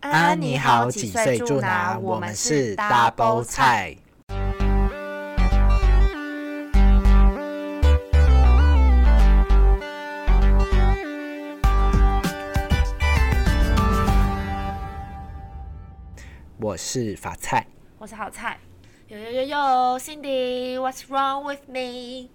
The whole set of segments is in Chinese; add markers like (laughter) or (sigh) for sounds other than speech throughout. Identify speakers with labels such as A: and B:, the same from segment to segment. A: 安妮好，几岁住哪？我们是 Double 菜。我是法菜，
B: 我是好菜。有有有有，Cindy，What's wrong with me？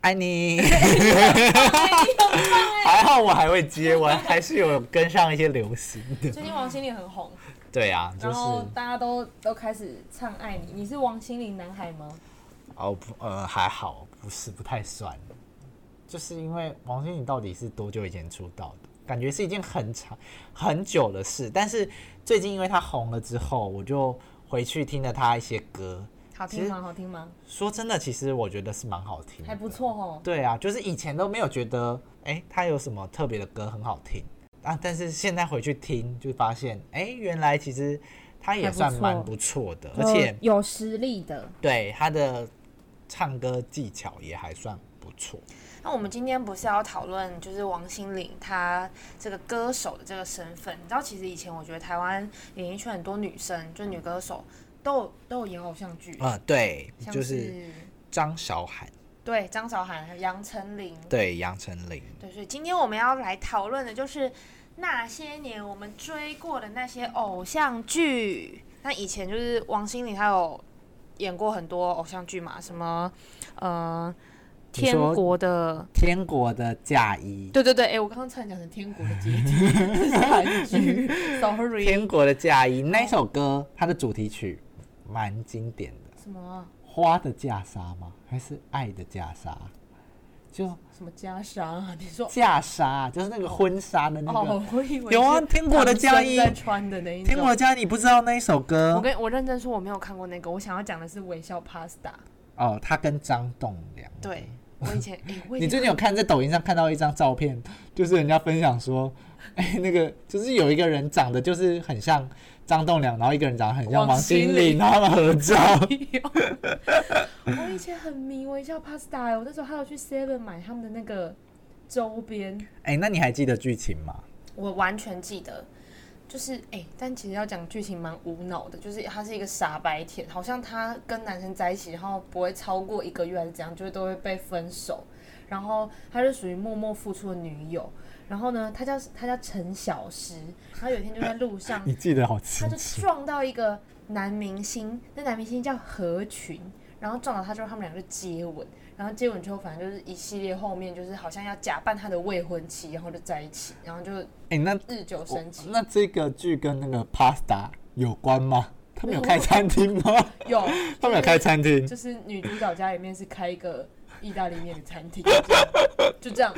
A: 爱 (laughs) 你。
C: 哎最
A: 还好我还会接，我还是有跟上一些流行的。
C: 近王心凌很红，
A: 对啊，就
C: 然
A: 是
C: 后大家都都开始唱《爱你》。你是王心凌男孩吗？
A: 哦，不呃，还好，不是不太算。就是因为王心凌到底是多久以前出道的？感觉是一件很长很久的事。但是最近因为她红了之后，我就回去听了她一些歌。
C: 好听吗？好听吗？
A: 说真的，其实我觉得是蛮好听的，
C: 还不。错哦。
A: 对啊，就是以前都没有觉得，哎、她有什么特别的歌很好听啊。但是现在回去听，就发现，哎、原来其实她也
C: 还不
A: 算
C: 错呃
A: 蛮不错的，而且
C: 有有实力的，
A: 对他的唱歌技巧也还算不错。
B: 那我们今天不是要讨论就是王心凌她这个歌手的这个身份？你知道，其实以前我觉得台湾演艺圈很多女生，就女歌手都有都有演偶像剧，
A: 嗯，对，
B: 像
A: 就是张韶涵，
B: 对张韶涵、杨丞琳，
A: 对杨丞琳，
B: 对，所以今天我们要来讨论的就是那些年我们追过的那些偶像剧。那以前就是王心凌，她有演过很多偶像剧嘛，什么呃《
A: 你说
B: 天国的
A: 天国的嫁》，衣，
B: 对对对，哎、我刚刚差点讲成《天国的阶梯》
C: (laughs)
B: 是韩剧，sorry，
A: 天国的嫁衣那一首歌，它的主题曲蛮经典的，
B: 什么
A: 《花的嫁纱》吗？还是《爱的嫁纱》？就
C: 什么袈裟啊？你说
A: 嫁纱，就是那个婚纱的那个。
C: 哦，我以为
A: 有啊
C: 是
A: 天国的嫁衣
C: 唐僧在穿的那一种。
A: 天国的嫁衣，你不知道那一首
C: 我
A: 歌？
C: 跟我认真说，我没有看过那个。我想要讲的是微笑 Pasta。
A: 哦，他跟张栋梁。
B: 对我以前，哎、
A: (laughs)
B: 我以
A: 你
B: 前
A: 最近有看在抖音上看到一张照片，就是人家分享说，哎、那个就是有一个人长得就是很像张栋梁，然后一个人长得很像王
C: 王
A: 心
C: 心
A: 凌，
C: 凌
A: 然后他们合
C: (laughs)
A: 照。
C: 我以前很迷微笑 Pasta，欸我那时候还有去 Seven 买他们的那个周边。
A: 哎、那你还记得剧情吗？
C: 我完全记得，
B: 就是哎、但其实要讲剧情蛮无脑的，就是他是一个傻白甜，好像他跟男生在一起，然后不会超过一个月还是怎样，就是都会被分手。
C: 然后她是属于默默付出的女友。然后呢，她叫她叫陈小石，然后有一天就在路上
A: 哎你记得好清
C: 他就
A: 楚。
C: 撞到一个男明星，那男明星叫何群，然后撞到他之后，他们两个就接吻，然后接吻之后，反正就是一系列后面就是好像要假扮他的未婚妻，然后就在一起，然后就
A: 哎、那
C: 日久生情。
A: 那这个剧跟那个 Pasta 有关吗？他们有开餐厅
C: (laughs)
A: 吗？
C: 有，
A: 他们有开餐厅
C: 就，是女主角家里面是开一个意大利面的餐
B: (laughs)
C: 厅，就这样。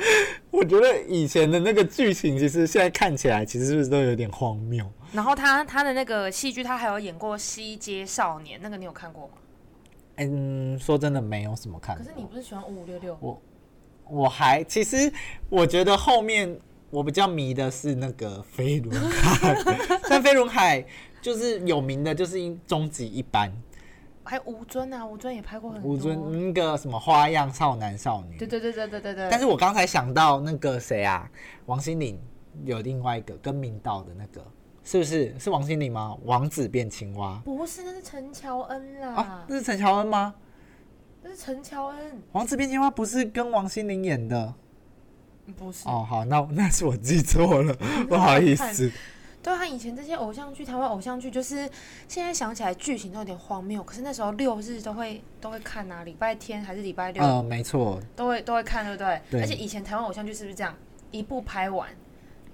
A: 我觉得以前的那个剧情，其实现在看起来，其实是不是都有点荒谬？
B: 然后他他的那个戏剧，他还有演过《西街少年》，那个你有看过吗？
A: 嗯，说真的，没有什么看
C: 可
A: 过。
C: 是你不是喜欢五五六六？
A: 我还其实我觉得后面我比较迷的是那个飞轮
B: (laughs)
A: 海，但飞轮海就是有名的就是因终极一班，
B: 还有吴尊啊，吴尊也拍过很多。
A: 吴尊那嗯个什么花样少男少女。
B: 对对对对对对对。
A: 但是我刚才想到那个谁啊，王心凌有另外一个跟明道的那个，是不是是王心凌吗？王子变青蛙
B: 不是，那是陈乔恩啦，
A: 啊，那是陈乔恩吗？
B: 那是陈乔恩，
A: 王子变青蛙不是跟王心凌演的
B: 不是。
A: 哦？好，那 (laughs) 那是我记错了，
B: 嗯
A: 不好意思。
B: 对啊，以前这些偶像剧，台湾偶像剧，就是现在想起来剧情都有点荒谬，可是那时候六日都会都会看啊，礼拜天还是礼拜六、
A: 嗯、没错，
B: 都会都会看，对不对？
A: 对
B: 而且以前台湾偶像剧是不是这样，一部拍完，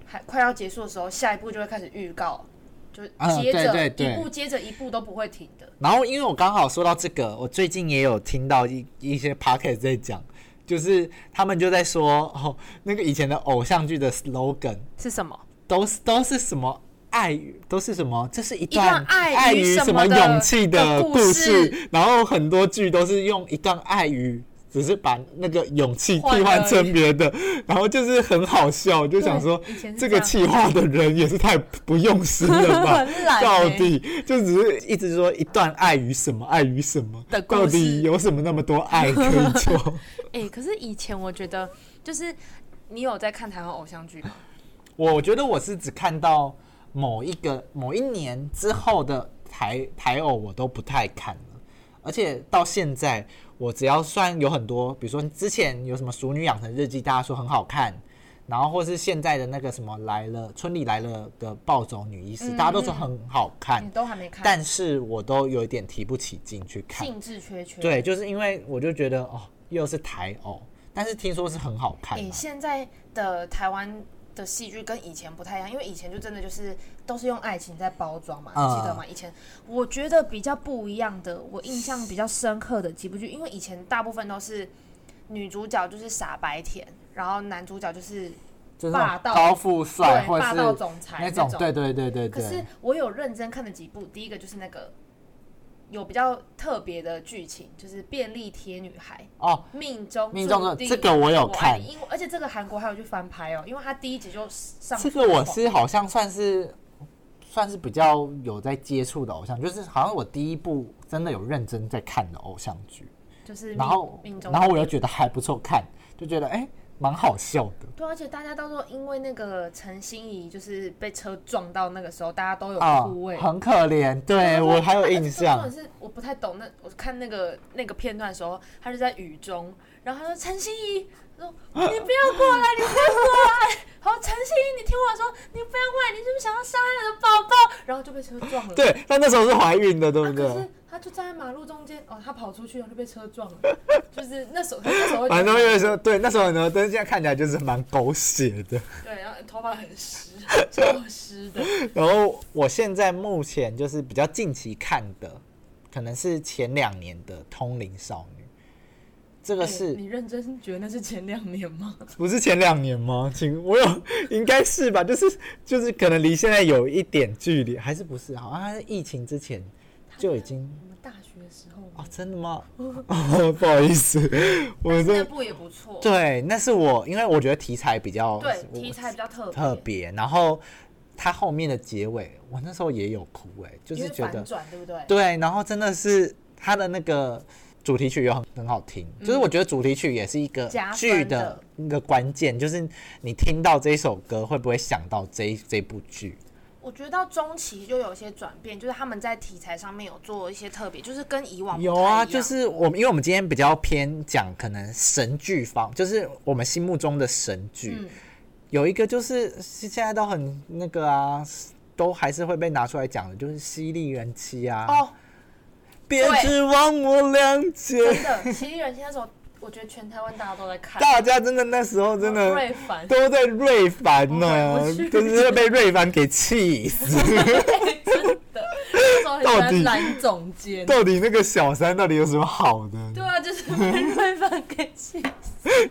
B: 还快要结束的时候，下一部就会开始预告，就是
A: 啊
B: 接着、
A: 对对对
B: 一部接着一部都不会停的。
A: 然后，因为我刚好说到这个，我最近也有听到一一些 podcast 在讲，就是他们就在说哦，那个以前的偶像剧的 slogan
B: 是什
A: (laughs)
B: 么？
A: 都是都是什么爱与，都是什么，这是一
B: 一段爱
A: 爱
B: 与
A: 与
B: 什
A: 么
B: 么的
A: 勇气的
B: 的
A: 故
B: 故
A: 事，然后很多剧都是用一段爱与。只是把那个勇气替
C: 换
A: 换
C: 而已
A: 成别的，然后就是很好笑，我就想说
C: 对以前是
A: 这个
C: 这
A: 气化的人也是太不用心了吧，
C: 很懒、
A: 到
C: 欸。
A: 底就只是一直说一段爱与什么，爱与什么
C: 的故事
A: 到底有什么那么多爱可以做？
B: 哎、可是以前我觉得，就是你有在看台湾偶像剧吗？
A: 我觉得我是只看到某一个某一年之后的台台偶我都不太看了，而且到现在我只要算有很多，比如说之前有什么《熟女养成日记》，大家说很好看，然后或是现在的那个什么来了村里来了的暴走女医
C: 嗯
A: 师，大家都说很好看
C: 你，都还没看，
A: 但是我都有一点提不起劲去看。
C: 兴致缺缺。
A: 对，就是因为我就觉得哦，又是台偶，但是听说是很好看、
C: 诶，
A: 啊，
C: 现在的台湾的戏剧跟以前不太一样，因为以前就真的就是都是用爱情在包装嘛，
A: 嗯
C: 你记得吗？以前我觉得比较不一样的，我印象比较深刻的几部剧，因为以前大部分都是女主角就是傻白甜，然后男主角就是
A: 就是那种
C: 霸道
A: 高富帅
C: 对
A: 或
C: 霸
A: 是
C: 道总裁
A: 那
C: 种
A: 种，。对对对对
C: 可是
A: 对。
C: 我有认真看了几部，第一个就是那个有比较特别的剧情，就是《便利贴女孩》。
A: 哦，
C: 命中
A: 命中
C: 注
A: 的
C: 定
A: 这个我有
C: 爱
A: 看
C: 你因为而且这个韩国还有去翻拍哦，因为它第一集就上
A: 这个我是好像算是算是比较有在接触的偶像，就是好像我第一部真的有认真在看的偶像剧，
C: 就是命
A: 然后
C: 命中
A: 然后我又觉得还不错看，就觉得哎蛮好笑的。
C: 对，而且大家到时候因为那个陈欣怡就是被车撞到那个时候，大家都有欸
A: 啊
C: 护卫。，
A: 很可怜，对
C: 然后
A: 我还有
C: 而且
A: 印
C: 重
A: 象。
C: 点是我不太懂那，我看那个那个片段的时候，他就在雨中，然后他说陈欣怡，
A: (laughs)
C: 他说你不要过来，你不要过来。 (laughs) 然后陈欣怡，你听我说，你不要过来，你是不是想要伤害我的宝宝？然后就被车撞了。
A: 对，但那时候是怀孕的，对不
C: 啊可是
A: 对？
C: 他就站在马路中间，哦，他跑出去然后就被车撞了， (laughs) 就是那时候那时候
A: (laughs)
C: 会
A: 反正我有时候对那时候呢，但是现在看起来就是蛮狗血的。
C: 对，然后头发很湿，超湿的。
A: 然后我现在目前就是比较近期看的，可能是前两年的《通灵少女》， (laughs) 这个是、
C: 哎你认真觉得那是前两年吗？
A: 不是前两年吗？请我有应该是吧， (laughs) 就是就是可能离现在有一点距离，还是不是？好像它是疫情之前就已经
C: (laughs) 我们大学的时
A: 哦
C: 候，，
A: 真的
C: (laughs)
A: 吗？哦不好意思，我
C: 那
A: 这
C: 部也不错，
A: 对，那是我因为我觉得题材比较
C: 对，
A: 我
C: 题材比较特别，
A: 特别，然后它后面的结尾，我那时候也有哭哎、就
C: 因
A: 是
C: 为
A: 觉
C: 反
A: 得
C: 转，对不对？
A: 对，然后真的是它的那个主题曲又很很好听，
C: 嗯
A: 就是我觉得主题曲也是一个
C: 加分
A: 剧
C: 的
A: 一个关键，就是你听到这首歌会不会想到这一这部剧？
C: 我觉得到中期就有一些转变，就是他们在题材上面有做一些特别，就是跟以往不
A: 有
C: 太一
A: 啊，
C: 样
A: 就是我们因为我们今天比较偏讲可能神剧方，就是我们心目中的神剧，
C: 嗯
A: 有一个就是现在都很那个啊。都还是会被拿出来讲的，就是《犀利人妻》啊，
C: 哦，
A: 别
C: 对
A: 指望我谅解。 (laughs)
C: 真的，《奇异人妻》那时候，我觉得全台湾大家都在 (laughs) 看，
A: 大家真的那时候真 (laughs) 的
C: 瑞凡
A: 都在瑞凡呢、
C: 我回不去
A: 就是会被瑞凡给气
C: (laughs)
A: 死。
C: 真的，那时候很
A: 到底
C: 喜欢蓝总监。
A: 到底那个小三到底有什么好的？
C: 对啊，就是被瑞凡给气，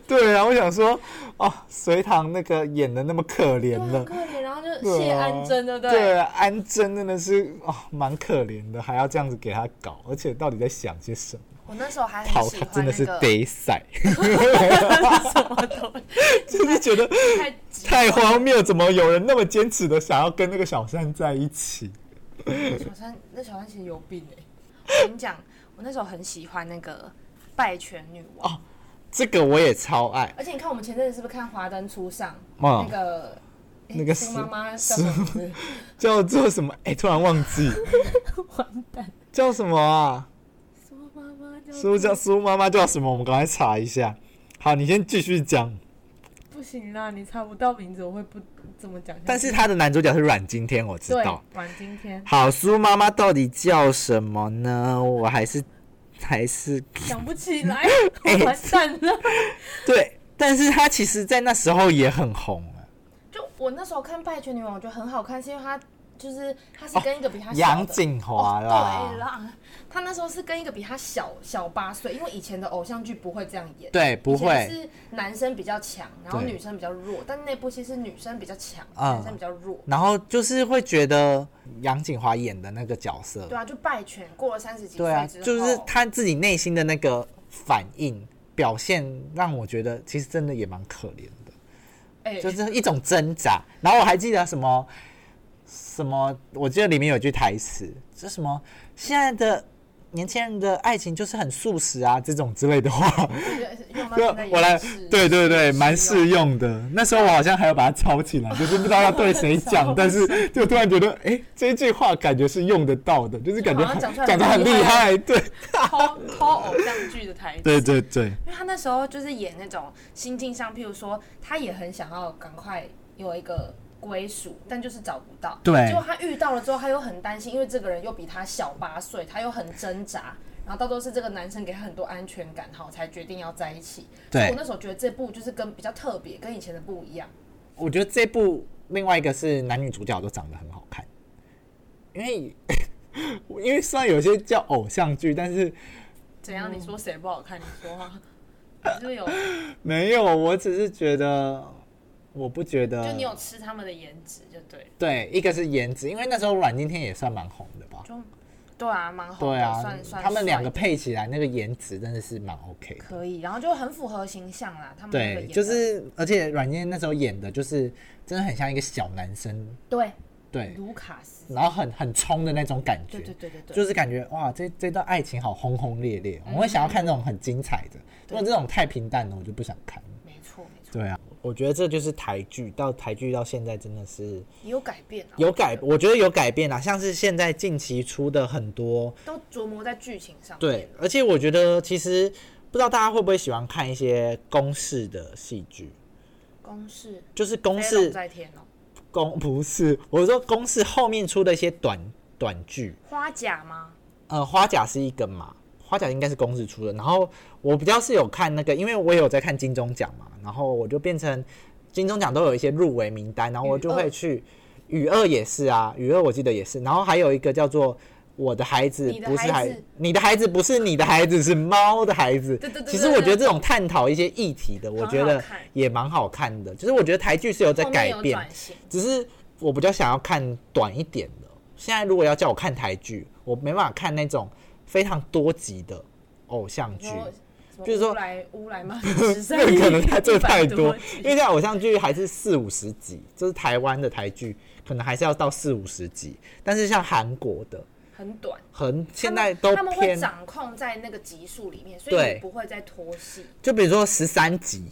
A: 对啊，我想说，哦，隋唐那个演的那么可怜
C: 对啊，
A: 了
C: 很。可怜。然后就
A: 对啊
C: 谢安贞，对不对？
A: 对啊，安贞真的是哦，蛮可怜的，还要这样子给他搞，而且到底在想些什么？
C: 我那时候还很
A: 跑
C: 喜
A: 他
C: 欢
A: 真
C: 那
A: 的是
C: 个
A: 得
C: (laughs)
A: 塞， (laughs)
C: 什么东西，
A: 就是觉得
C: 太急
A: 太荒谬，怎么有人那么坚持的想要跟那个小三在一起？
C: 小三，那小三其实有病哎、我跟你讲，我那时候很喜欢那个拜权女王，
A: 这个我也超爱，
C: 而且你看我们前阵子是不是看《华灯初上》
A: 嗯
C: 那个？诶
A: 那个是
C: 苏妈妈叫什么名字？
A: 叫做什么？哎、突然忘记
C: 完 (laughs) 蛋！
A: 叫什么啊？
C: 苏妈妈叫
A: 苏叫苏妈妈叫什么？我们赶快查一下。好，你先继续讲。
C: 不行啦，你查不到名字，我会不怎么讲下去。
A: 但是他的男主角是阮经天，我知
C: 对
A: 道。，
C: 晚今天
A: 好，苏妈妈到底叫什么呢？我还是还是
C: 想不起来，
A: (laughs) 哎
C: 完蛋了。
A: 对，但是他其实在那时候也很红啊。
C: 就我那时候看《拜权女王》，我觉得很好看，是因为她就是她是跟一个比她小的
A: 哦杨啊锦华
C: 哦对
A: 啦，
C: 啦，她那时候是跟一个比她小小八岁，因为以前的偶像剧不会这样演，
A: 对，不
C: 以前
A: 会。
C: 是男生比较强，然后
A: 对
C: 女生比较弱，但那部戏是女生比较强，
A: 嗯
C: 男生比较弱。
A: 然后就是会觉得杨锦华演的那个角色，
C: 对啊，就拜权过了三十几
A: 对啊，
C: 岁之
A: 就
C: 后，
A: 是他自己内心的那个反应表现，让我觉得其实真的也蛮可怜的，
C: 哎，
A: 就是一种挣扎。然后我还记得什么什么，我记得里面有一句台词，就什么现在的年轻人的爱情就是很速食啊这种之类的话， (laughs)
C: 我觉得用用到
A: 就
C: 现在也
A: 我
C: (laughs)
A: 来
C: 很适，
A: 对对对，蛮
C: 适用
A: 适用的。那时候我好像还要把它抄起来，就是不知道要对谁
C: 抄 (laughs)
A: 讲，但是就突然觉得，哎、这句话感觉是用得到的，就是感觉
C: 好
A: 很
C: 像讲出来
A: 讲的
C: 很
A: 很
C: 厉
A: 厉
C: 害
A: 害，对
C: 偷偷偶像剧的台词。
A: 对对对，
C: 因为他那时候就是演那种心境上，譬如说，他也很想要赶快有一个归属，但就是找不到。
A: 对
C: 结果他遇到了之后，他又很担心，因为这个人又比他小八岁，他又很挣扎。然后到都是这个男生给他很多安全感，好才决定要在一起。
A: 对
C: 所以我那时候觉得这部就是跟比较特别，跟以前的不一样。
A: 我觉得这部另外一个是男女主角都长得很好看，因为 (laughs) 因为虽然有些叫偶像剧，但是
C: 怎样？你说谁不好看？你说话，你是不是有？
A: 没有，我只是觉得我不觉得，
C: 就你有吃他们的颜值就对了。
A: 对，一个是颜值，因为那时候阮经天也算蛮红的吧。
C: 就对啊，蛮好
A: 对
C: 的，
A: 啊
C: 算，算
A: 他们两个
C: 帅
A: 配起来那个颜值真的是蛮 OK 的。
C: 可以，然后就很符合形象啦。他们那个
A: 对，
C: 演的
A: 就是而且阮经天那时候演的就是真的很像一个小男生，
C: 对
A: 对，
C: 卢卡斯，
A: 然后很很冲的那种感觉，
C: 对对对对对，
A: 嗯就是感觉哇，这这段爱情好轰轰烈烈，我会想要看这种很精彩的，如果这种太平淡的我就不想看。
C: 没错没错，
A: 对啊，我觉得这就是台剧，到台剧到现在真的是
C: 也有改变啊，
A: 有改，我觉得有改变啦，像是现在近期出的很多
C: 都琢磨在剧情上。
A: 对，而且我觉得其实不知道大家会不会喜欢看一些公式的戏剧，
C: 公式
A: 就是公
C: 飞
A: 式
C: 龙在天哦，
A: 公不是，我是说公式后面出的一些短短剧，
C: 花甲吗？
A: 呃，花甲是一个嘛，花甲应该是公式出的，然后我比较是有看那个，因为我也有在看金钟奖嘛，然后我就变成金钟奖都有一些入围名单，然后我就
C: 嗯
A: 会去。雨二也是啊，雨二我记得也是，然后还有一个叫做。我的孩子
C: 你的
A: 不是
C: 孩
A: 孩
C: 子，
A: 你的孩子不是你的孩子，是猫的孩子。
C: 对对对
A: 其实
C: 对
A: 我
C: 对
A: 觉得这种探讨一些议题的，我
C: 很
A: 觉
C: 好
A: 得
C: 看
A: 也蛮好看的。就是我觉得台剧是有在
C: 后面
A: 改
C: 有
A: 变，
C: 转型，
A: 只是我比较想要看短一点的。现在如果要叫我看台剧，我没办法看那种非常多集的偶像剧，
C: 哦就
A: 就是说
C: 乌来乌
A: (laughs)
C: 来吗？
A: 这个可能太这个太多，因为
C: 为
A: 现在偶像剧还是四五十集，这是台湾的台剧，可能还是要到四五十集。但是像韩国的，
C: 很短。
A: 很现
C: 他
A: 在
C: 们
A: 都
C: 他们会
A: 偏，
C: 掌控在那个集数里面，所以
A: 对
C: 你不会再拖戏。
A: 就比如说十三集、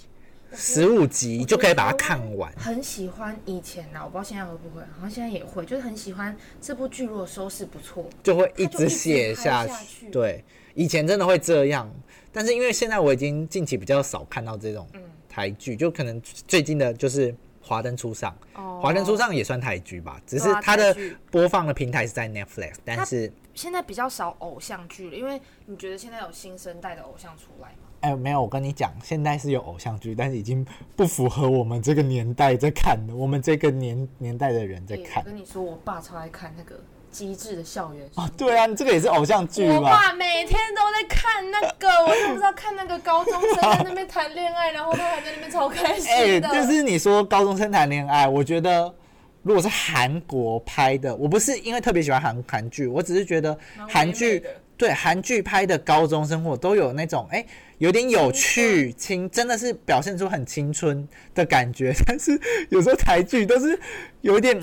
A: 十五集就可以把
C: 哦
A: 它看完。
C: 很喜欢以前呐，我不知道现在会不会，好像现在也会，就是很喜欢这部剧。如果收视不错，
A: 就会一
C: 它
A: 直
C: 就一直
A: 写
C: 拍
A: 下
C: 下去
A: 去。对，以前真的会这样，但是因为现在我已经近期比较少看到这种台剧，就可能最近的就是《华灯初上》
C: 哦
A: 华灯初上》也算台剧吧，只是
C: 对啊
A: 它
C: 台
A: 的
C: 剧
A: 播放的平台是在 Netflix，但是
C: 现在比较少偶像剧了，因为你觉得现在有新生代的偶像出来吗？
A: 哎、没有，我跟你讲，现在是有偶像剧，但是已经不符合我们这个年代在看的，我们这个年年代的人在
C: 欸
A: 看
C: 我。跟你说，我爸超爱看那个《机智的校园》
A: 啊，对啊，你这个也是偶像剧
C: 我
A: 吧？
C: 爸每天都在看那个，我都不知道看那个高中生在那边谈恋爱，然后他还在那边超开 (laughs)
A: 哎、
C: 心的。
A: 就是你说高中生谈恋爱，我觉得如果是韩国拍的，我不是因为特别喜欢韩韩剧，我只是觉得
C: 蛮唯
A: 韩
C: 美
A: 剧
C: 的
A: 对韩剧拍的高中生活都有那种哎、有点有趣
C: 嗯
A: 青，真的是表现出很青春的感觉， (laughs) 但是有时候台剧都是有一点。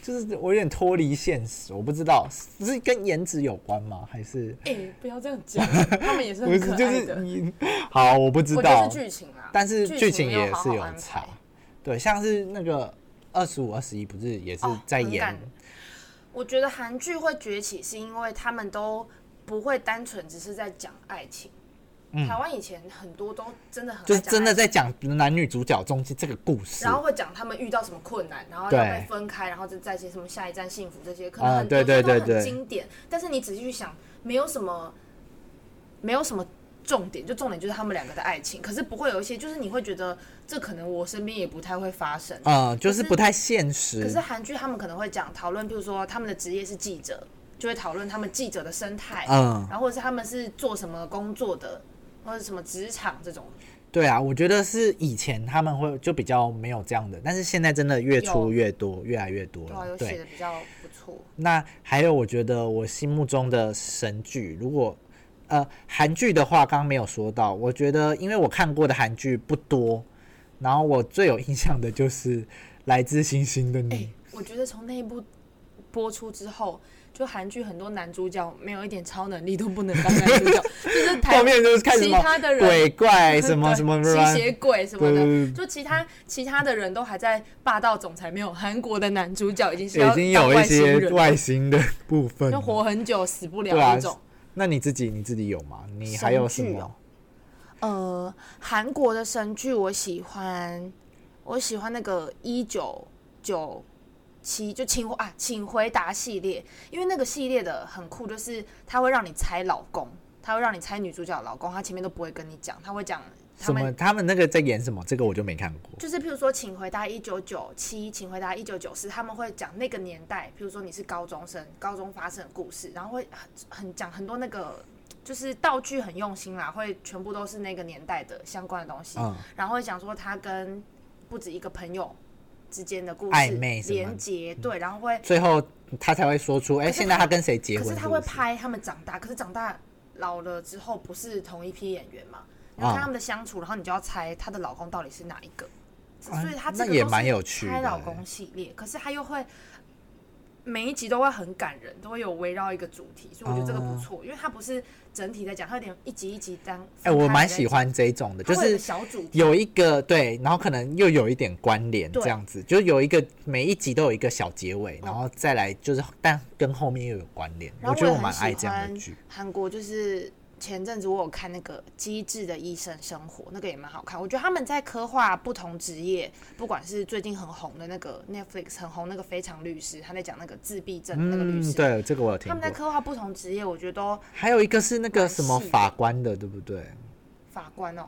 A: 就是我有点脱离现实，我不知道是跟颜值有关吗？还是
C: 哎、不要这样讲，他们也是
A: 不
C: 很
A: 是
C: 可爱的。
A: 就是你 (laughs) 好，我不知
C: 我
A: 道。
C: 觉得是剧情啦，
A: 但是剧情
C: 没有
A: 也
C: 好
A: 是
C: 好
A: 有
C: 安排
A: 差。对，像是那个二十五、二十一，不是也是
C: 哦
A: 在
C: 很
A: 演？
C: 感人我觉得韩剧会崛起，是因为他们都不会单纯只是在讲爱情。台湾以前很多都真的很爱
A: 嗯就是
C: 讲
A: 真的
C: 爱情
A: 在讲男女主角中间这个故事
C: 然。后会讲他们遇到什么困难，然后
A: 对
C: 要被分开，然后再在一起什么下一站幸福这些，可能
A: 啊
C: 很多
A: 对对
C: 这些都
A: 对对
C: 很经典。但是你仔细去想，没有什么，没有什么重点，就重点就是他们两个的爱情。可是不会有一些，就是你会觉得这可能我身边也不太会发生。
A: 嗯，就是
C: 可是
A: 不太现
C: 可
A: 实
C: 是。韩剧他们可能会讲讨论，比如说他们的职业是记者，就会讨论他们记者的生态，
A: 嗯
C: 然后或者是他们是做什么工作的，或者什么职场这种。
A: 对啊，我觉得是以前他们会就比较没有这样的，但是现在真的越
C: 有
A: 出越多，越来越多
C: 对啊，
A: 了。
C: 有写的比较不错。
A: 那还有，我觉得我心目中的神剧，如果呃韩剧的话，刚刚没有说到，我觉得因为我看过的韩剧不多，然后我最有印象的就是《来自星星的你》
C: 我觉得从那一部
B: 播出之后，就韩剧很多男主角没有一点超能力都不能当男主
A: (laughs)
B: 角，就是台
C: 哎
A: 后面就是开始什
B: 其
A: 么
B: 他的人
A: 鬼怪什么
B: 对
A: 什么什么
B: 吸血鬼什么
A: 对
B: 的，
A: 对对
B: 就其他其他的人都还在霸道总裁，没有韩国的男主角已经是
A: 已
B: 要
A: 经
B: 当
A: 有一
B: 外星
A: 些
B: 人
A: 外星的部分
B: 就。活很久死不了
A: 对啊
B: 那种。
A: 那你自己你自己有吗？你还有什
C: 神剧
A: 么
C: 哦？呃，韩国的神剧我喜欢，我喜欢那个一九九七，就请回啊，请回答系列，因为那个系列的很酷，就是它会让你猜老公，它会让你猜女主角的老公，它前面都不会跟你讲，它会讲他
A: 什么？
C: 们。
A: 他们那个在演什么？这个我就没看过。
C: 就是譬如说，请回答一九九七，请回答一九九四，他们会讲那个年代，譬如说你是高中生，高中发生的故事，然后会很很讲很多那个，就是道具很用心啦，会全部都是那个年代的相关的东西。
A: 嗯，
C: 然后会讲说他跟不止一个朋友之间的故事
A: 暧昧嗯什么的
C: 连结，对，然后会，
A: 最后他才会说出，哎、
C: 可是
A: 现在他跟谁结
C: 可
A: 婚
C: 是
A: 不
C: 他会拍他们长大，可是长大老了之后不是同一批演员嘛？你要
A: 啊
C: 看他们的相处，然后你就要猜她的老公到底是哪一个，
A: 啊
C: 所以她这
A: 那
C: 个
A: 也
C: 都是
A: 蛮有趣的欸
C: 猜老公系列，可是她又会每一集都会很感人，都会有围绕一个主题，所以我觉得这个不
A: 哦
C: 错，因为它不是整体在讲，它有点一集一集当。
A: 哎、我蛮喜，欢这种的，就
C: 它会有
A: 是
C: 个小主题，
A: 有一个对，然后可能又有一点关联
C: 对嗯
A: 这样子，就有一个每一集都有一个小结尾，然后再来就是，但跟后面又有关联。
C: 然后
A: 觉得
C: 也
A: 我
C: 很
A: 蛮
C: 喜
A: 爱这样
C: 欢
A: 的剧。
C: 韩国就是前阵子我有看那个《机智的医生生活》，那个也蛮好看。我觉得他们在刻画不同职业，不管是最近很红的那个 Netflix 很红那个《非常律师》，他在讲那个自闭症的那个律
A: 嗯，
C: 师，
A: 对，这个我有听
C: 他们在
A: 过。
C: 刻画不同职业，我觉得都
A: 还有一个是那个什么
C: 蛮细的
A: 法官的，对不对？
C: 法官哦，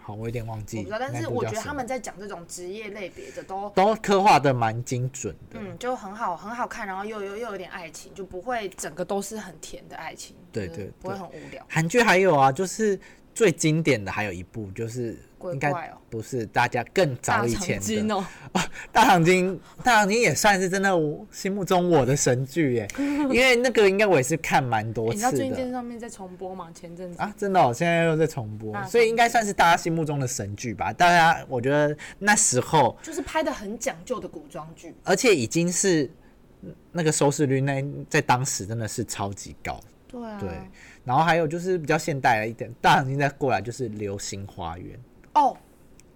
A: 好，我有点忘记。
C: 我不知道，但
A: 那
C: 是
A: 部
C: 我
A: 叫
C: 觉得
A: 什
C: 他
A: 么
C: 们在讲这种职业类别的都。
A: 都刻画的蛮精准的。
C: 嗯，就很好，很好看，然后又又又有点爱情，就不会整个都是很甜的爱情，
A: 对
C: 就是
A: 对
C: 不会
A: 对
C: 很无聊。
A: 韩剧还有啊，就是最经典的还有一部，就是
C: 鬼
A: 应该
C: 怪哦
A: 不是大家更早
B: 大
A: 以
B: 长
A: 前
B: 今
A: 的
B: 哦，
A: 大长今，大长今也算是真的我心目中我的神剧耶，因为那个应该我也是看蛮多
B: 你知道
A: 次
B: 最近电视
A: 的。
B: 上面在重播吗？前阵子
A: 啊，真的、哦，现在又在重播
B: 大，长今
A: 所以应该算是大家心目中的神剧吧。大家，我觉得那时候，
C: 就是拍的很讲究的古装剧，
A: 而且已经是嗯那个收视率那在当时真的是超级高，
C: 对啊，
A: 对。然后还有就是比较现代了一点，大长今再过来就是《流星花园》。
C: 哦，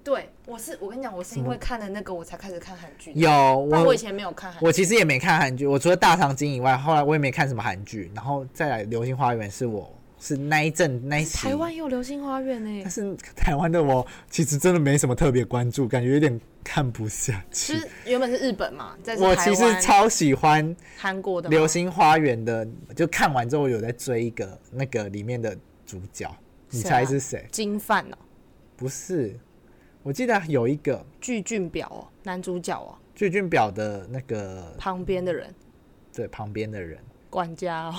C: 对，我是我跟你讲，我是因为看了那个我才开始看韩剧的，
A: 有
C: 但我
A: 我
C: 以前没有看韩剧。
A: 我其实也没看韩剧，我除了《大长今》以外，后来我也没看什么韩剧，然后再来《流星花园》是我是那一阵那一期
B: 台湾也有《流星花园》欸呢
A: 但，是台湾的我其实真的没什么特别关注，感觉有点看不下
C: 其
A: 去。
C: 实原本是日本嘛，在
A: 我其实超喜欢
C: 韩国的
A: 《
C: 嘛
A: 流星花园》的，就看完之后有在追一个那个里面的主角，你
B: 谁
A: 猜
B: 啊
A: 是谁？
B: 金范哦，
A: 不是，我记得有一个
B: 具俊表哦，男主角哦，
A: 巨俊表的那个
B: 旁边的人
A: 对旁边的人，
B: 管家哦，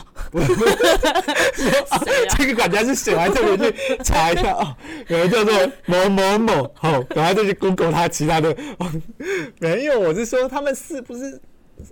A: (laughs) 这个管家是谁？我还特别去查一下哦，有人叫做某某某，好，然后再去 Google 他其他的。哦、没有，我是说他们是不是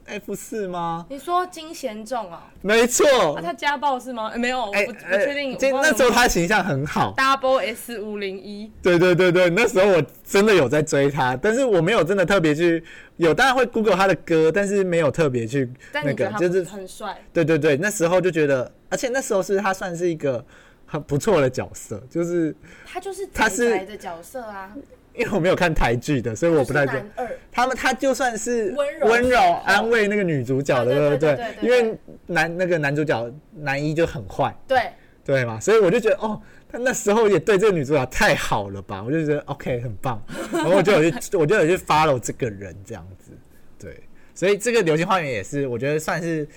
A: F 四吗？
B: (laughs) 你说金贤重哦，
A: 没错，
B: 那他家暴是吗？哎没有，我
A: 哎
B: 不不确定，
A: 哎
B: 我
A: 这
B: 忘了
A: 那时候他形象很好，
B: Double S 五零一，
A: 对对对对，那时候我真的有在追他，但是我没有真的特别去有，当然会 Google 他的歌，但是没有特别去
B: 但
A: 那
B: 你觉得，
A: 个
B: 他
A: 就是
B: 很帅？
A: 对对对，那时候就觉得，而且那时候是他算是一个很不错的角色，就是
C: 他就是
A: 他
C: 他
A: 是
C: 宅的角色啊，
A: 因为我没有看台剧的，所以我不太
C: 就
A: 懂
C: 是。男二，
A: 他们他就算是
B: 温柔
A: 温柔安慰那个女主角的，
C: 哦对
A: 不
C: 对对对
A: 因
C: 对
A: 为男那个男主角男一就很坏，
C: 对，
A: 对嘛，所以我就觉得哦，他那时候也对这个女主角太好了吧，我就觉得 OK 很棒，然后我就有去我就有去 follow 这个人这样子，对，所以这个《流星花园》也是我觉得算是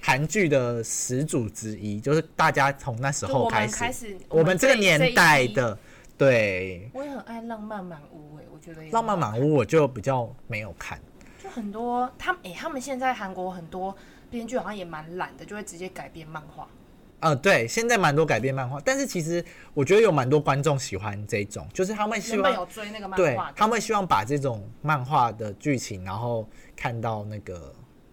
A: 韩剧的始祖之一，就是大家从那时
C: 就
A: 候
C: 我
A: 开
C: 们
A: 始，
C: 开始，
A: 我们这个
C: 一
A: 年代，
C: 一批
A: 的对
B: 我也很爱浪漫满屋
C: 欸
B: 哎，我觉得也
A: 《浪漫满屋》我就比较没有看。
C: 就很多他们，哎，他们现在韩国很多编剧好像也蛮懒的，就会直接改编漫画。
A: 呃，对，现在蛮多改编漫画，但是其实我觉得有蛮多观众喜欢这种，就是他们希
C: 原本有
A: 望
C: 追那个漫
A: 对
C: 画的，
A: 他们希望把这种漫画的剧情，然后看到那个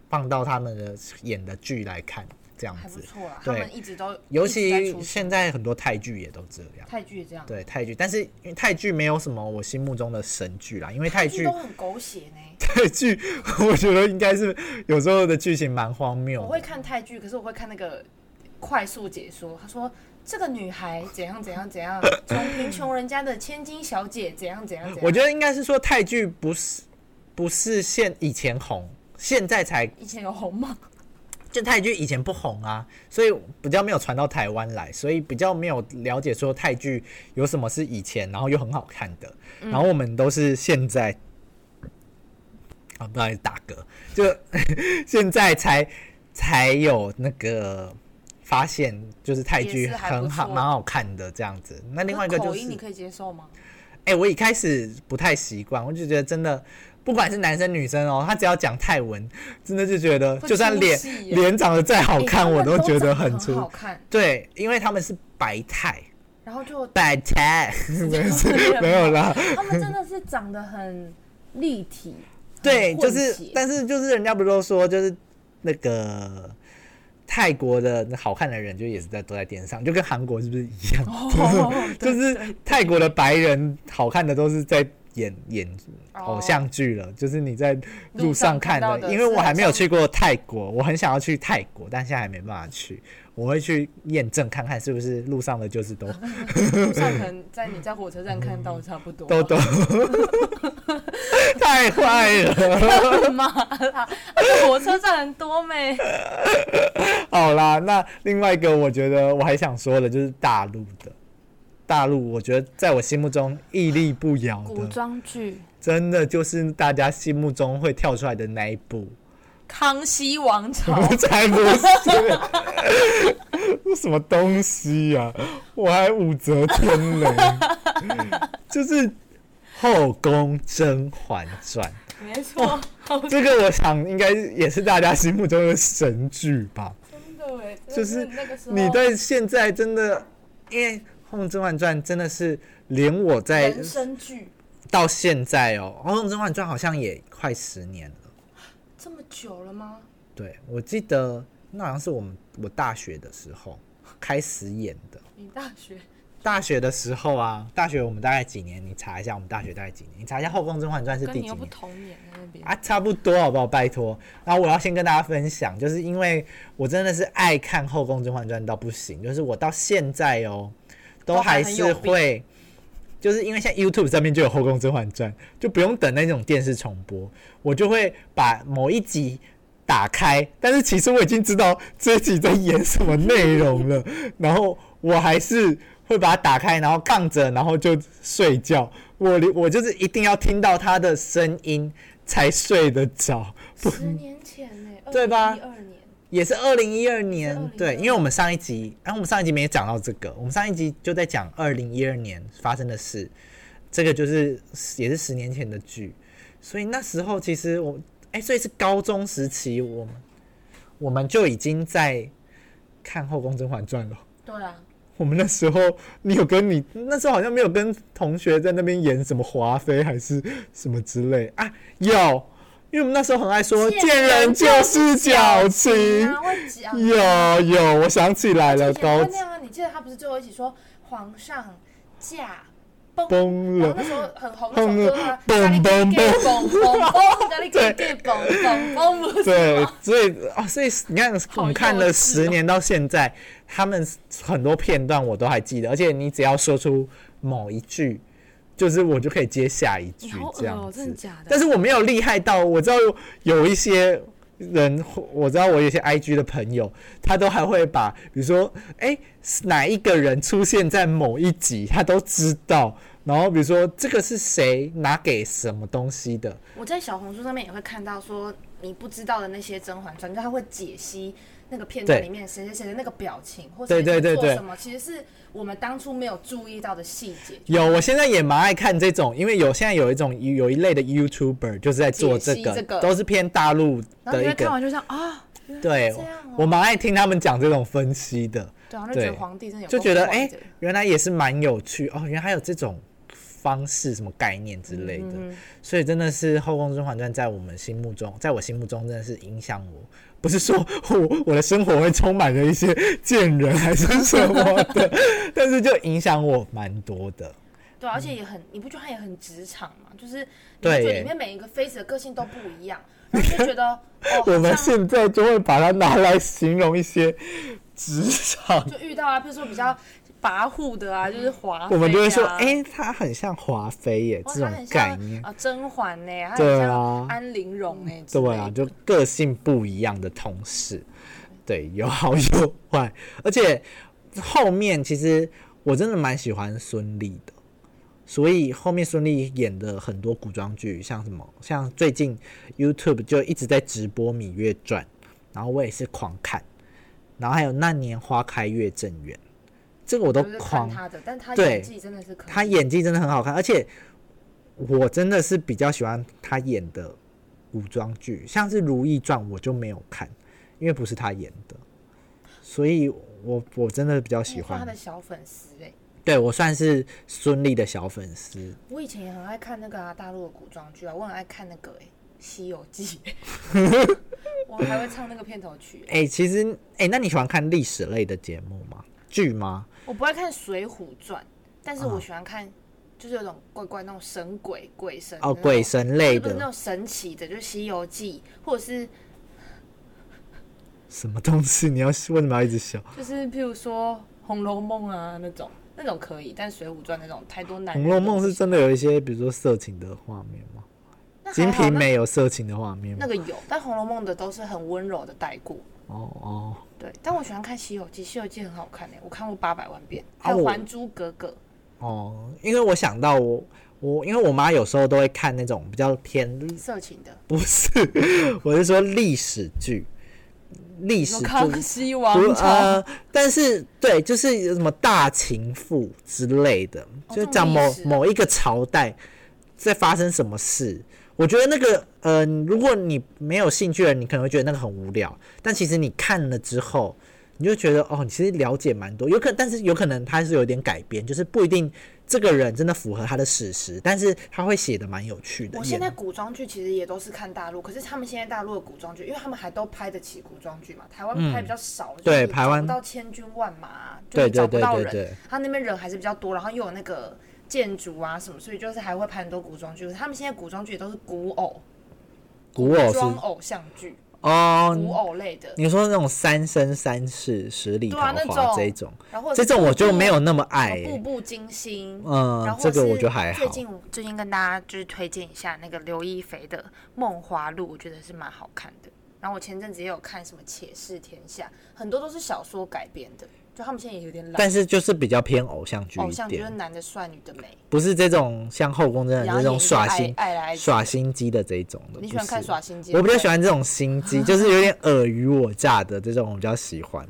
A: 放到他们的演的剧来看，这这样
C: 还不
A: 子。
C: 错啦，他
A: 对
C: 们一直都
A: 尤
C: 一直在
A: 其
C: 出
A: 现
C: 现
A: 在很多泰剧也都这样，
C: 泰剧也啊这样，
A: 对泰剧，但是因为泰剧没有什么我心目中的神剧啦，因为泰
C: 剧
A: 剧
C: 都很狗血呢。
A: 泰剧， (laughs) 我觉得应该是有时候的剧情蛮荒谬
C: 我
A: 的。
C: 会看泰剧，可是我会看那个快速解说。他说这个女孩怎样怎样怎
A: (laughs)
C: 样，从贫穷人家的千金小姐怎样怎样怎样。
A: 我觉得应该是说泰剧不是不是现以前红，现在才
C: 以前有红吗？
A: 就泰剧以前不红啊，所以比较没有传到台湾来，所以比较没有了解说泰剧有什么是以前然后又很好看的，
C: 嗯
A: 然后我们都是现在。啊，不好意思，打嗝，就 (laughs) 现在才才有那个发现，就是泰剧
C: 也是还不
A: 很好，
C: 错
A: 蛮好看的这样子。那另外一个就
C: 口
A: 是
C: 音你可以接受吗？
A: 哎、我一开始不太习惯，我就觉得真的，不管是男生女生哦，他只要讲泰文，真的就觉得，
C: 会
A: 就算
C: 出
A: 脸
C: 戏耶
A: 脸长得再好
C: 欸
A: 看，
C: 他们
A: 我
C: 都
A: 觉
C: 长
A: 得很
C: 很
A: 粗。
C: 好看，
A: 对，因为他们是白泰，
C: 然后就
A: 白泰没
C: (laughs)
A: 事没有啦。
C: 他们真的是长得很立体。
A: 对，
C: 很
A: 就
C: 混
A: 是，
C: 血
A: 但是就是人家不都说，就是那个泰国的好看的人，就也是在都在电视上，就跟韩国是不是一样？
C: 哦
A: (laughs) 就是泰国的白人好看的都是在演演偶像剧了，就是你在路上看
C: 哦路上看到
A: 的。
C: 的
A: 因为我还没有去过泰国，我很想要去泰国，但现在还没办法去。我会去验证看看是不是路上的就是
C: (laughs)
A: 都
C: 路上可能在你在火车站看
A: 嗯
C: 到差不多 (laughs)
A: 都 (laughs) 都，太坏了。
C: 嘛啦，而且火车站很多没。
A: (laughs) 好啦，那另外一个我觉得我还想说的就是大陆的，大陆我觉得在我心目中屹立不摇
B: 古
A: 的，
B: 装剧
A: 真的就是大家心目中会跳出来的那一部，
C: 康熙王朝
A: (laughs) 才不是，什么东西呀、我还武则天
C: (laughs)
A: 嘞，就是《后宫甄嬛传
C: 没错，》
A: 这个，我想应该也是大家心目中的神剧吧。
C: 真的哎，
A: 就是
C: 那个时候
A: 你对现在真的，因为《红甄嬛传》真的是连我在
C: 人生剧
A: 到现在哦，《红甄嬛传》好像也快十年了。
C: 这么久了吗？
A: 对，我记得那好像是我们我大学的时候开始演的。
C: 你大学
A: 大学的时候啊，大学我们大概几年？你查一下，我们大学大概几年？你查一下《后宫甄嬛传》是
B: 跟
A: 第
B: 你
A: 几
B: 又不
A: 年？
B: 同年在那边，
A: 啊，差不多好不好？拜托。然后我要先跟大家分享，就是因为我真的是爱看《后宫甄嬛传》到不行，就是我到现在哦，都
B: 都还
A: 还
B: 很
A: 是
B: 有
A: 会，就是因为现在 YouTube 上面就有《后宫甄嬛传》，就不用等那种电视重播，我就会把某一集。打开，但是其实我已经知道这一集在演什么内容了，然后我还是会把它打开，然后杠着，然后就睡觉。我连我就是一定要听到他的声音才睡得着，
C: 十年前呢，
A: 对吧
C: 一二年，
A: 也是二零一二年
C: 2012，
A: 对，因为我们上一集，哎、啊，我们上一集没讲到这个，我们上一集就在讲二零一二年发生的事，这个就是也是十年前的剧，所以那时候其实我，哎、所以是高中时期，我们我们就已经在看《后宫甄嬛传》了。 (laughs)
C: 对啊，
A: 我们那时候，你有跟你那时候好像没有跟同学在那边演什么华妃还是什么之类啊？有，因为我们那时候很爱说
C: 见
A: 见人就是矫情。
C: 啊，会讲
A: 有有，我想起来了，
C: 以前
A: 高
C: 会那样啊。你记得他不是最后一起说皇上驾崩？
A: 崩
C: 然
A: 了
C: 后那。时候很红那首歌啊，
A: 崩崩崩
C: 嘣嘣嘣，咖喱给给嘣嘣嘣，
A: (laughs)
C: 不
B: (laughs)
C: 是
A: 对，所以啊，所以你看，我
C: 幼
A: 们看了
C: 稚
A: 十
C: 哦
A: 年到现在，他们很多片段我都还记得，而且你只要说出某一句，就是我就可以接下一
B: 你
A: 句
B: 好
A: 这
B: 恶
A: 样
B: 哦，真的
A: 子。
B: 假的？
A: 但是我没有厉害到，我知道有一些人，我知道我有一些 IG 的朋友，他都还会把，比如说，哎、哪一个人出现在某一集，他都知道。然后比如说这个是谁拿给什么东西的，
C: 我在小红书上面也会看到说你不知道的那些《甄嬛传》，就他会解析那个片段
A: 对
C: 里面谁谁谁的那个表情，或
A: 对
C: 谁
A: 对
C: 谁
A: 对
C: 做
A: 对
C: 什么，其实是我们当初没有注意到的细节。
A: 有，我现在也蛮爱看这种，因为有现在有一种有一类的 YouTuber 就是在做这
C: 解
A: 个，
C: 析这个
A: 都是偏大陆
B: 然后
A: 的
B: 你
A: 一
B: 会看
A: 个，
B: 完就这样啊，
A: 对，
C: 这样哦
A: 我蛮爱听他们讲这种分析的，
C: 对啊，就觉得
A: 对
C: 皇帝真的有
A: 就觉得哎、
C: 哎
A: 诶，原来也是蛮有趣哦，原来还有这种方式、什么概念之类
C: 嗯
A: 的，所以真的是《后宫甄嬛传》在我们心目中，在我心目中真的是影响我不是说我我的生活会充满着一些贱人还是什么
B: (laughs)
A: 的，但是就影响我蛮多的。
C: 对啊，而且也很，你不觉得他也很职场吗？就是你
A: 嗯对
C: 会觉得
A: 耶
C: 里面每一个妃子的个性都不一样，然后你就
A: (laughs)
C: 觉得哦，
A: 我们
C: 好像
A: 现在就会把它拿来形容一些职场，
C: 就遇到啊，比如说比较跋扈的啊，就是华妃啊、
A: 嗯我们就会说，哎、她很像华妃耶，
C: 哇，
A: 这
C: 她很
A: 种
C: 像
A: 概念。
C: 啊甄嬛呢、她
A: 对啊
C: 很像安陵容哎、之
A: 对
C: 类
A: 啊，
C: 的
A: 就个性不一样的同事，对，有
C: (laughs)
A: 好有坏，而且后面其实我真的蛮喜欢孙俪的，所以后面孙俪演的很多古装剧，像什么，像最近 YouTube 就一直在直播《芈月传》，然后我也是狂看，然后还有《那年花开月正圆》，这个我都
C: 就是看
A: 狂
C: 她的，但她
A: 对
C: 演技真的是可以。
A: 他演技真的很好看，而且我真的是比较喜欢他演的古装剧，像是《如懿传》我就没有看，因为不是他演的，所以我我真的比较喜
C: 你算她
A: 欢
C: 的。小粉丝哎、
A: 对我算是孙俪的小粉丝，
C: 我以前也很爱看那个啊，大陆的古装剧啊，我很爱看那个哎、西游记》，
A: (laughs)
C: 我还会唱那个片头曲欸、
A: 哎、其实哎、那你喜欢看历史类的节目吗？剧吗？
C: 我不爱看《水浒传》，但是我
A: 啊
C: 喜欢看，就是有种怪怪那种神鬼鬼神
A: 哦，
C: 的那
A: 鬼
C: 种
A: 神类
C: 就不是那
A: 的
C: 种神奇的，就是《西游记》，或者是
A: 什么东西？你要为什么要一直笑？
C: 就是譬如说《红楼梦》啊那种，那种可以，但《水浒传》那种太多
A: 《
C: 男人
A: 红
C: 的
A: 楼
C: 东西。
A: 梦》是真的有一些，比如说色情的画面吗？
C: 那
A: 《
C: 哎还
A: 金
C: 好
A: 瓶
C: 那
A: 梅》有色情的画面
C: 那
A: 吗？
C: 个有，但《红楼梦》的都是很温柔的带过。
A: 哦哦，
C: 对，但我喜欢看《西游记》，《西游记》很好看诶、我看过八百万遍，
A: 啊
C: 还有《
A: 我
C: 还珠格格》
A: 哦，因为我想到我我，因为我妈有时候都会看那种比较偏，
C: 色情的，
A: 不是， (laughs) 我是说历史剧，历
C: 比
A: 史
C: 如《
A: 剧
C: 康熙
A: 不
C: 王朝》
A: 呃，但是对，就是有什么大情妇之类的，
C: 哦
A: 就是讲某
C: 这种历史
A: 某一个朝代在发生什么事。我觉得那个，呃，如果你没有兴趣了，你可能会觉得那个很无聊。但其实你看了之后，你就觉得哦，你其实了解蛮多。有可，但是有可能它是有点改编，就是不一定这个人真的符合他的史实，但是他会写的蛮有趣的。啊
C: 我现在古装剧其实也都是看大陆，可是他们现在大陆的古装剧，因为他们还都拍得起古装剧嘛，台湾拍比较少，就是
A: 嗯对
C: 你
A: 台湾
C: 找不到千军万马，啊就
A: 对
C: 你找
A: 对
C: 不
A: 对
C: 到
A: 对
C: 人，
A: 对，
C: 他那边人还是比较多，然后又有那个建筑啊什么，所以就是还会拍很多古装剧。可是他们现在古装剧也都是古偶、
A: 古偶哦是
C: 装偶像剧、古
A: 哦，
C: 偶类的，
A: 你说那种三生三世十里
C: 对
A: 桃
C: 啊那
A: 花
C: 种
A: 这一种，
C: 然后或
A: 这
C: 者是
A: 种我就
C: 步步
A: 没有那么爱、
C: 什么步
A: 欸。
C: 步惊心。然
A: 嗯
C: 后，
A: 这个
C: 是
A: 我就还好
C: 最。近我最近跟大家就是推荐一下那个刘亦菲的《梦华录》，我觉得是蛮好看的。然后我前阵子也有看什么《且试天下》，很多都是小说改编的，就他们现在也有点老。
A: 但是就是比较偏偶像剧
C: 偶
A: 一
C: 像剧就是
A: 点，
C: 男的帅，女的美，
A: 不是这种像后宫真的
C: 然后
A: 那种
C: 演一个
A: 耍
C: 爱
A: 心
C: 爱来爱去
A: 耍心机的这一种的。
C: 你喜
A: 不
C: 欢看
A: 是
C: 耍心机？
A: 我比较
C: 对
A: 喜欢这种心机，就是有
C: (laughs)
A: 点尔虞我诈的这种，我比较喜欢。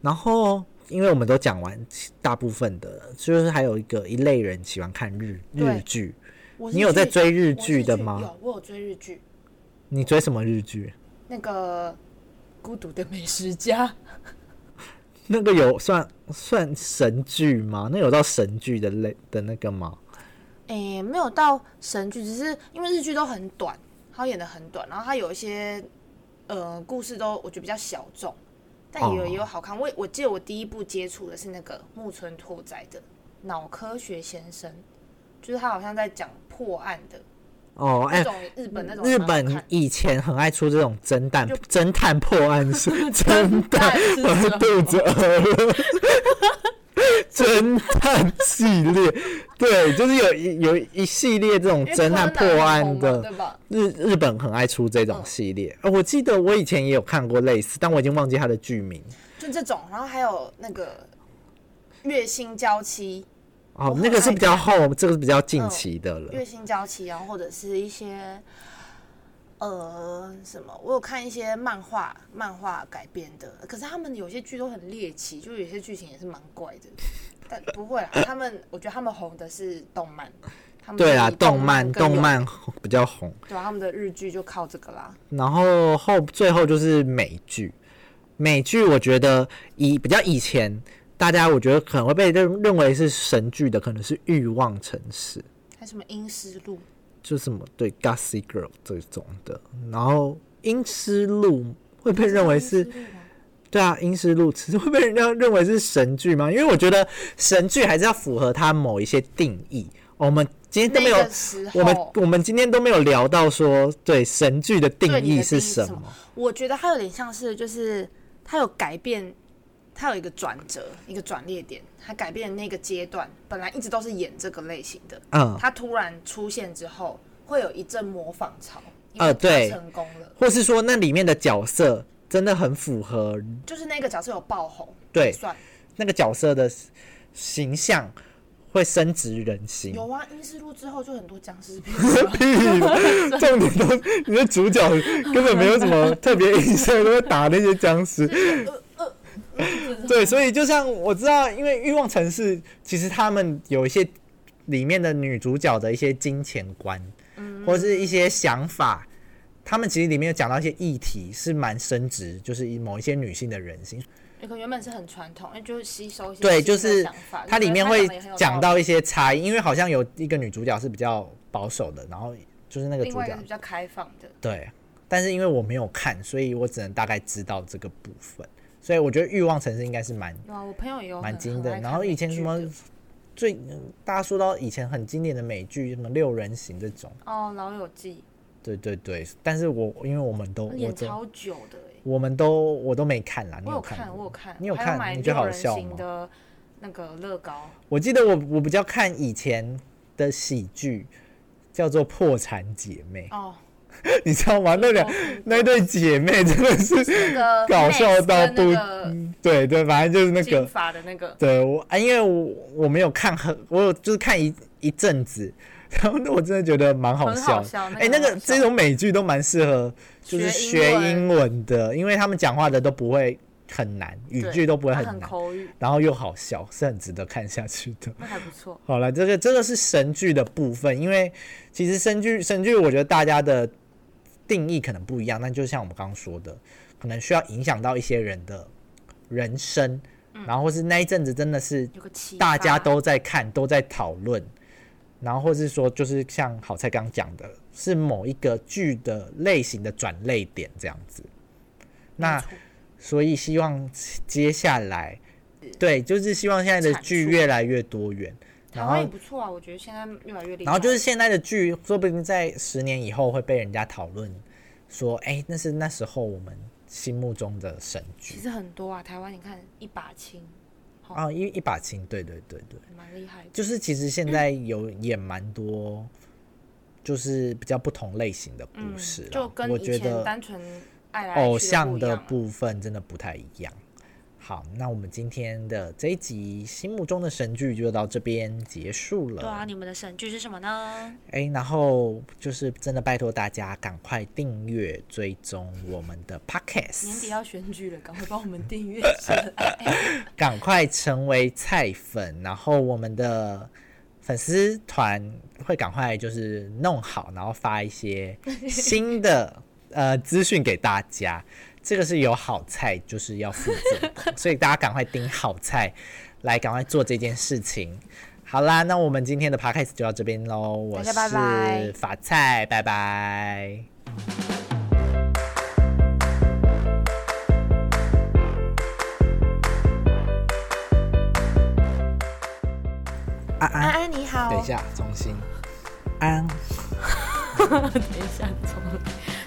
A: 然后，因为我们都讲完大部分的了，就是还有一个一类人喜欢看日
C: 对
A: 日剧，
C: 我是
A: 你有在
C: 剧
A: 追日
C: 我是
A: 剧的吗？
C: 有，我有追日剧，
A: 你追什么日剧？
C: 那个《孤独的美食家》
A: 那个有算算神剧吗？那有到神剧的类的那个吗？
C: 诶，没有到神剧，只是因为日剧都很短，它演的很短，然后它有一些呃故事都我觉得比较小众，但也有、
A: 哦
C: 也有好看。我也我记得我第一部接触的是那个木村拓哉的《脑科学先生》，就是他好像在讲破案的
A: 哦，哎、
C: 那种日本那种
A: 日
C: 蛮好
A: 本
C: 看
A: 以前很爱出这种侦探
C: 就
A: 侦探破案
C: (laughs)
A: 书，侦探 (laughs)
C: 是
A: 我
C: 什么
A: 肚子饿了，侦探系列，对，就是有一有一系列这种
C: 因为
A: 侦探破
C: 柯南很
A: 案
C: 红嘛
A: 的
C: 对吧？
A: 日日本很爱出这种系列、呃我记得我以前也有看过类似，但我已经忘记它的剧名。
C: 就这种，然后还有那个月薪娇妻，我
A: 哦，
C: 很
A: 那个是
C: 爱
A: 比较后，这个是比较近
C: 嗯
A: 期的了。
C: 月薪娇妻，然后或者是一些呃什么，我有看一些漫画漫画改编的，可是他们有些剧都很猎奇，就有些剧情也是蛮怪的，但不会啦，他们我觉得他们红的是动漫，他们
A: 对啦，
C: 比动
A: 动漫
C: 更有
A: 动漫比较红。
C: 对啊，他们的日剧就靠这个啦，
A: 然后后最后就是美剧，美剧我觉得以比较以前大家我觉得可能会被认认为是神剧的，可能是《欲望城市》，
C: 还有什么《阴尸路》，
A: 就什么对《Gossip Girl》这种的。然后《阴尸路》会被认为是对啊，《阴尸路》只是会被人家认为是神剧吗？因为我觉得神剧还是要符合它某一些定义。我们今天都没有，
C: 那个时候
A: 我们我们今天都没有聊到说，对神剧的定
C: 对你的
A: 义
C: 定义
A: 是
C: 是
A: 什
C: 什
A: 么？
C: 我觉得它有点像是，就是它有改变，它有一个转折，一个转捩点，它改变的那个阶段，本来一直都是演这个类型的，
A: 嗯，
C: 它突然出现之后，会有一阵模仿潮，因
A: 呃
C: 为它
A: 对
C: 成功了，
A: 或是说那里面的角色真的很符合
C: 就是那个角色有爆红，
A: 对
C: 算
A: 那个角色的形象，会深植人心。
C: 有啊，《阴尸路》之后就很多僵尸 (laughs) 片，
A: 屁， (laughs) 重点都你的主角根本没有什么特别印象，都会打那些僵
C: (laughs)
A: 尸。对，所以就像我知道，因为《欲望城市》其实他们有一些里面的女主角的一些金钱观，
C: 嗯
A: 或是一些想法，他们其实里面有讲到一些议题是蛮深植，就是某一些女性的人心。
C: 那哎个原本是很传统，那哎就是吸收一些
A: 对，
C: 新
A: 就
C: 的
A: 是
C: 想法
A: 它里面
C: 我觉
A: 会
C: 得啊它讲得也很有
A: 讲
C: 道
A: 到一些差异，因为好像有一个女主角是比较保守的，然后就是那个
C: 理，
A: 主
C: 另外一
A: 角
C: 个是比较开放的，
A: 对，但是因为我没有看，所以我只能大概知道这个部分。所以我觉得《欲望城市》应该是蛮
C: 有啊，我朋友也有
A: 蛮
C: 很
A: 经
C: 很爱
A: 典。然
C: 看
A: 后以前
C: 美
A: 什
C: 剧
A: 么
C: 的
A: 最大家说到以前很经典的美剧，什么六人行这种，
C: 哦，《老友记
A: 对对对。但是我因为我们都》我
C: 哦演
A: 都
C: 超久的哎、
A: 我们都我都没看啦，你
C: 我有
A: 看
C: 看，
A: 吗
C: 我有看，
A: 你有
C: 还有
A: 看，
C: 买
A: 你觉得
C: 六
A: 好
C: 人
A: 笑
C: 行
A: 吗？
C: 的那个
A: (laughs)
C: 乐高，
A: 我记得我我比较看以前的喜剧，叫做《破产姐妹》，
C: 哦，
A: (laughs) 你知道吗？那两
C: 我看
A: 那对姐妹真的是
C: 那个
A: 搞笑到
C: Max
A: 不
C: 跟那个
A: 对对，反正就是那
C: 金
A: 个，
C: 发的那个，
A: 对我啊，因为我我没有看很，我有就是看一一阵子，然后我真的觉得蛮好
C: 很
A: 笑
C: 好
A: 的。
C: 笑
A: 哎、那
C: 很
A: 个
C: 好笑
A: 这种美剧都蛮适合，就是
C: 学
A: 学
C: 英文
A: 英文的，因为他们讲话的都不会很难，语
C: 对
A: 句都不会
C: 它
A: 很
C: 很
A: 难，
C: 口语，
A: 然后又好笑，是很值得看下去的。
C: 那还不错。
A: 好了，这个这个是神剧的部分，因为其实神剧神剧，我觉得大家的定义可能不一样，但就像我们刚刚说的，可能需要影响到一些人的人生，然后或是那一阵子真的是
C: 有个启
A: 大家
C: 发
A: 都在看，都在讨论，然后或是说就是像好菜刚讲的，是某一个剧的类型的转类点这样子。那
C: 没错
A: 所以希望接下来，对，就是希望现在的
C: 产
A: 剧
C: 出
A: 越来越多元，
C: 台
A: 然
C: 湾也
A: 后
C: 不错啊，我觉得现在越来越厉害。
A: 然后就是现在的剧，说不定在十年以后会被人家讨论，说，哎、那是那时候我们心目中的神
C: 其
A: 剧
C: 实很多啊，台湾你看一把青，
A: 啊，一一把琴，对对对对，
C: 蛮厉害的。
A: 就是其实现在有演蛮多，就是比较不同类型的故
C: 嗯
A: 事啦、，
C: 就跟
A: 我
C: 以
A: 觉
C: 前
A: 得
C: 单纯爱来爱去
A: 偶像
C: 的
A: 的
C: 不一样
A: 部分真的不太一样。好，那我们今天的这一集心目中的神剧就到这边结束了。
C: 啊对啊，你们的神剧是什么呢？
A: 哎，然后就是真的拜托大家赶快订阅追踪我们的嗯
C: 年底
A: podcast，
C: 要选举了，赶快帮我们订阅一 (laughs) 下。
A: 赶快成为菜粉，然后我们的粉丝团会赶快就是弄好，然后发一
C: (laughs)
A: 些新的呃资讯给大家。这个是有好菜就是要负责
C: (laughs)
A: 的，所以大家赶快订好菜来赶快做这件事情。好啦，那我们今天的 podcast 就到这边喽，我
C: 大家拜拜
A: 是法菜，拜拜。安
C: 安
A: 安，
C: 安你好，
A: 等一，下，重新。安，
C: 等一下，从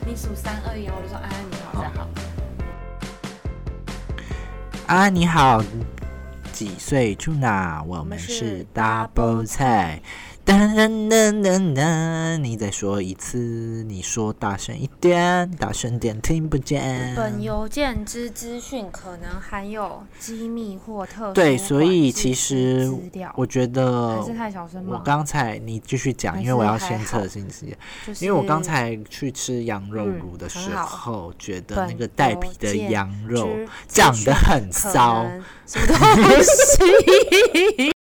C: 你数三二一，我就说安安你好，大家好。
A: 安安你好，几岁住哪？我
C: 们
A: 们
C: 是
A: 是 Double 菜。噔噔噔噔噔，你再说一次，你说大声一点，大声点听不见。
C: 本邮件之资讯可能含有机密或特殊
A: 对，所以
C: 管制
A: 其实
C: 资料
A: 我觉得
C: 还是太小声
A: 我
C: 吗？
A: 刚才你继续讲，
C: 还
A: 因为我
C: 是
A: 要
C: 还
A: 先
C: 好
A: 测信息。
C: 就是
A: 因为我刚才去吃羊肉
C: 嗯
A: 炉的
C: 很
A: 时
C: 好
A: 候，觉得
C: 本
A: 那个带
C: 油
A: 皮的
C: 见
A: 羊肉
C: 之
A: 长
C: 资
A: 得
C: 讯
A: 很
C: 可
A: 骚。
C: 能什么东西？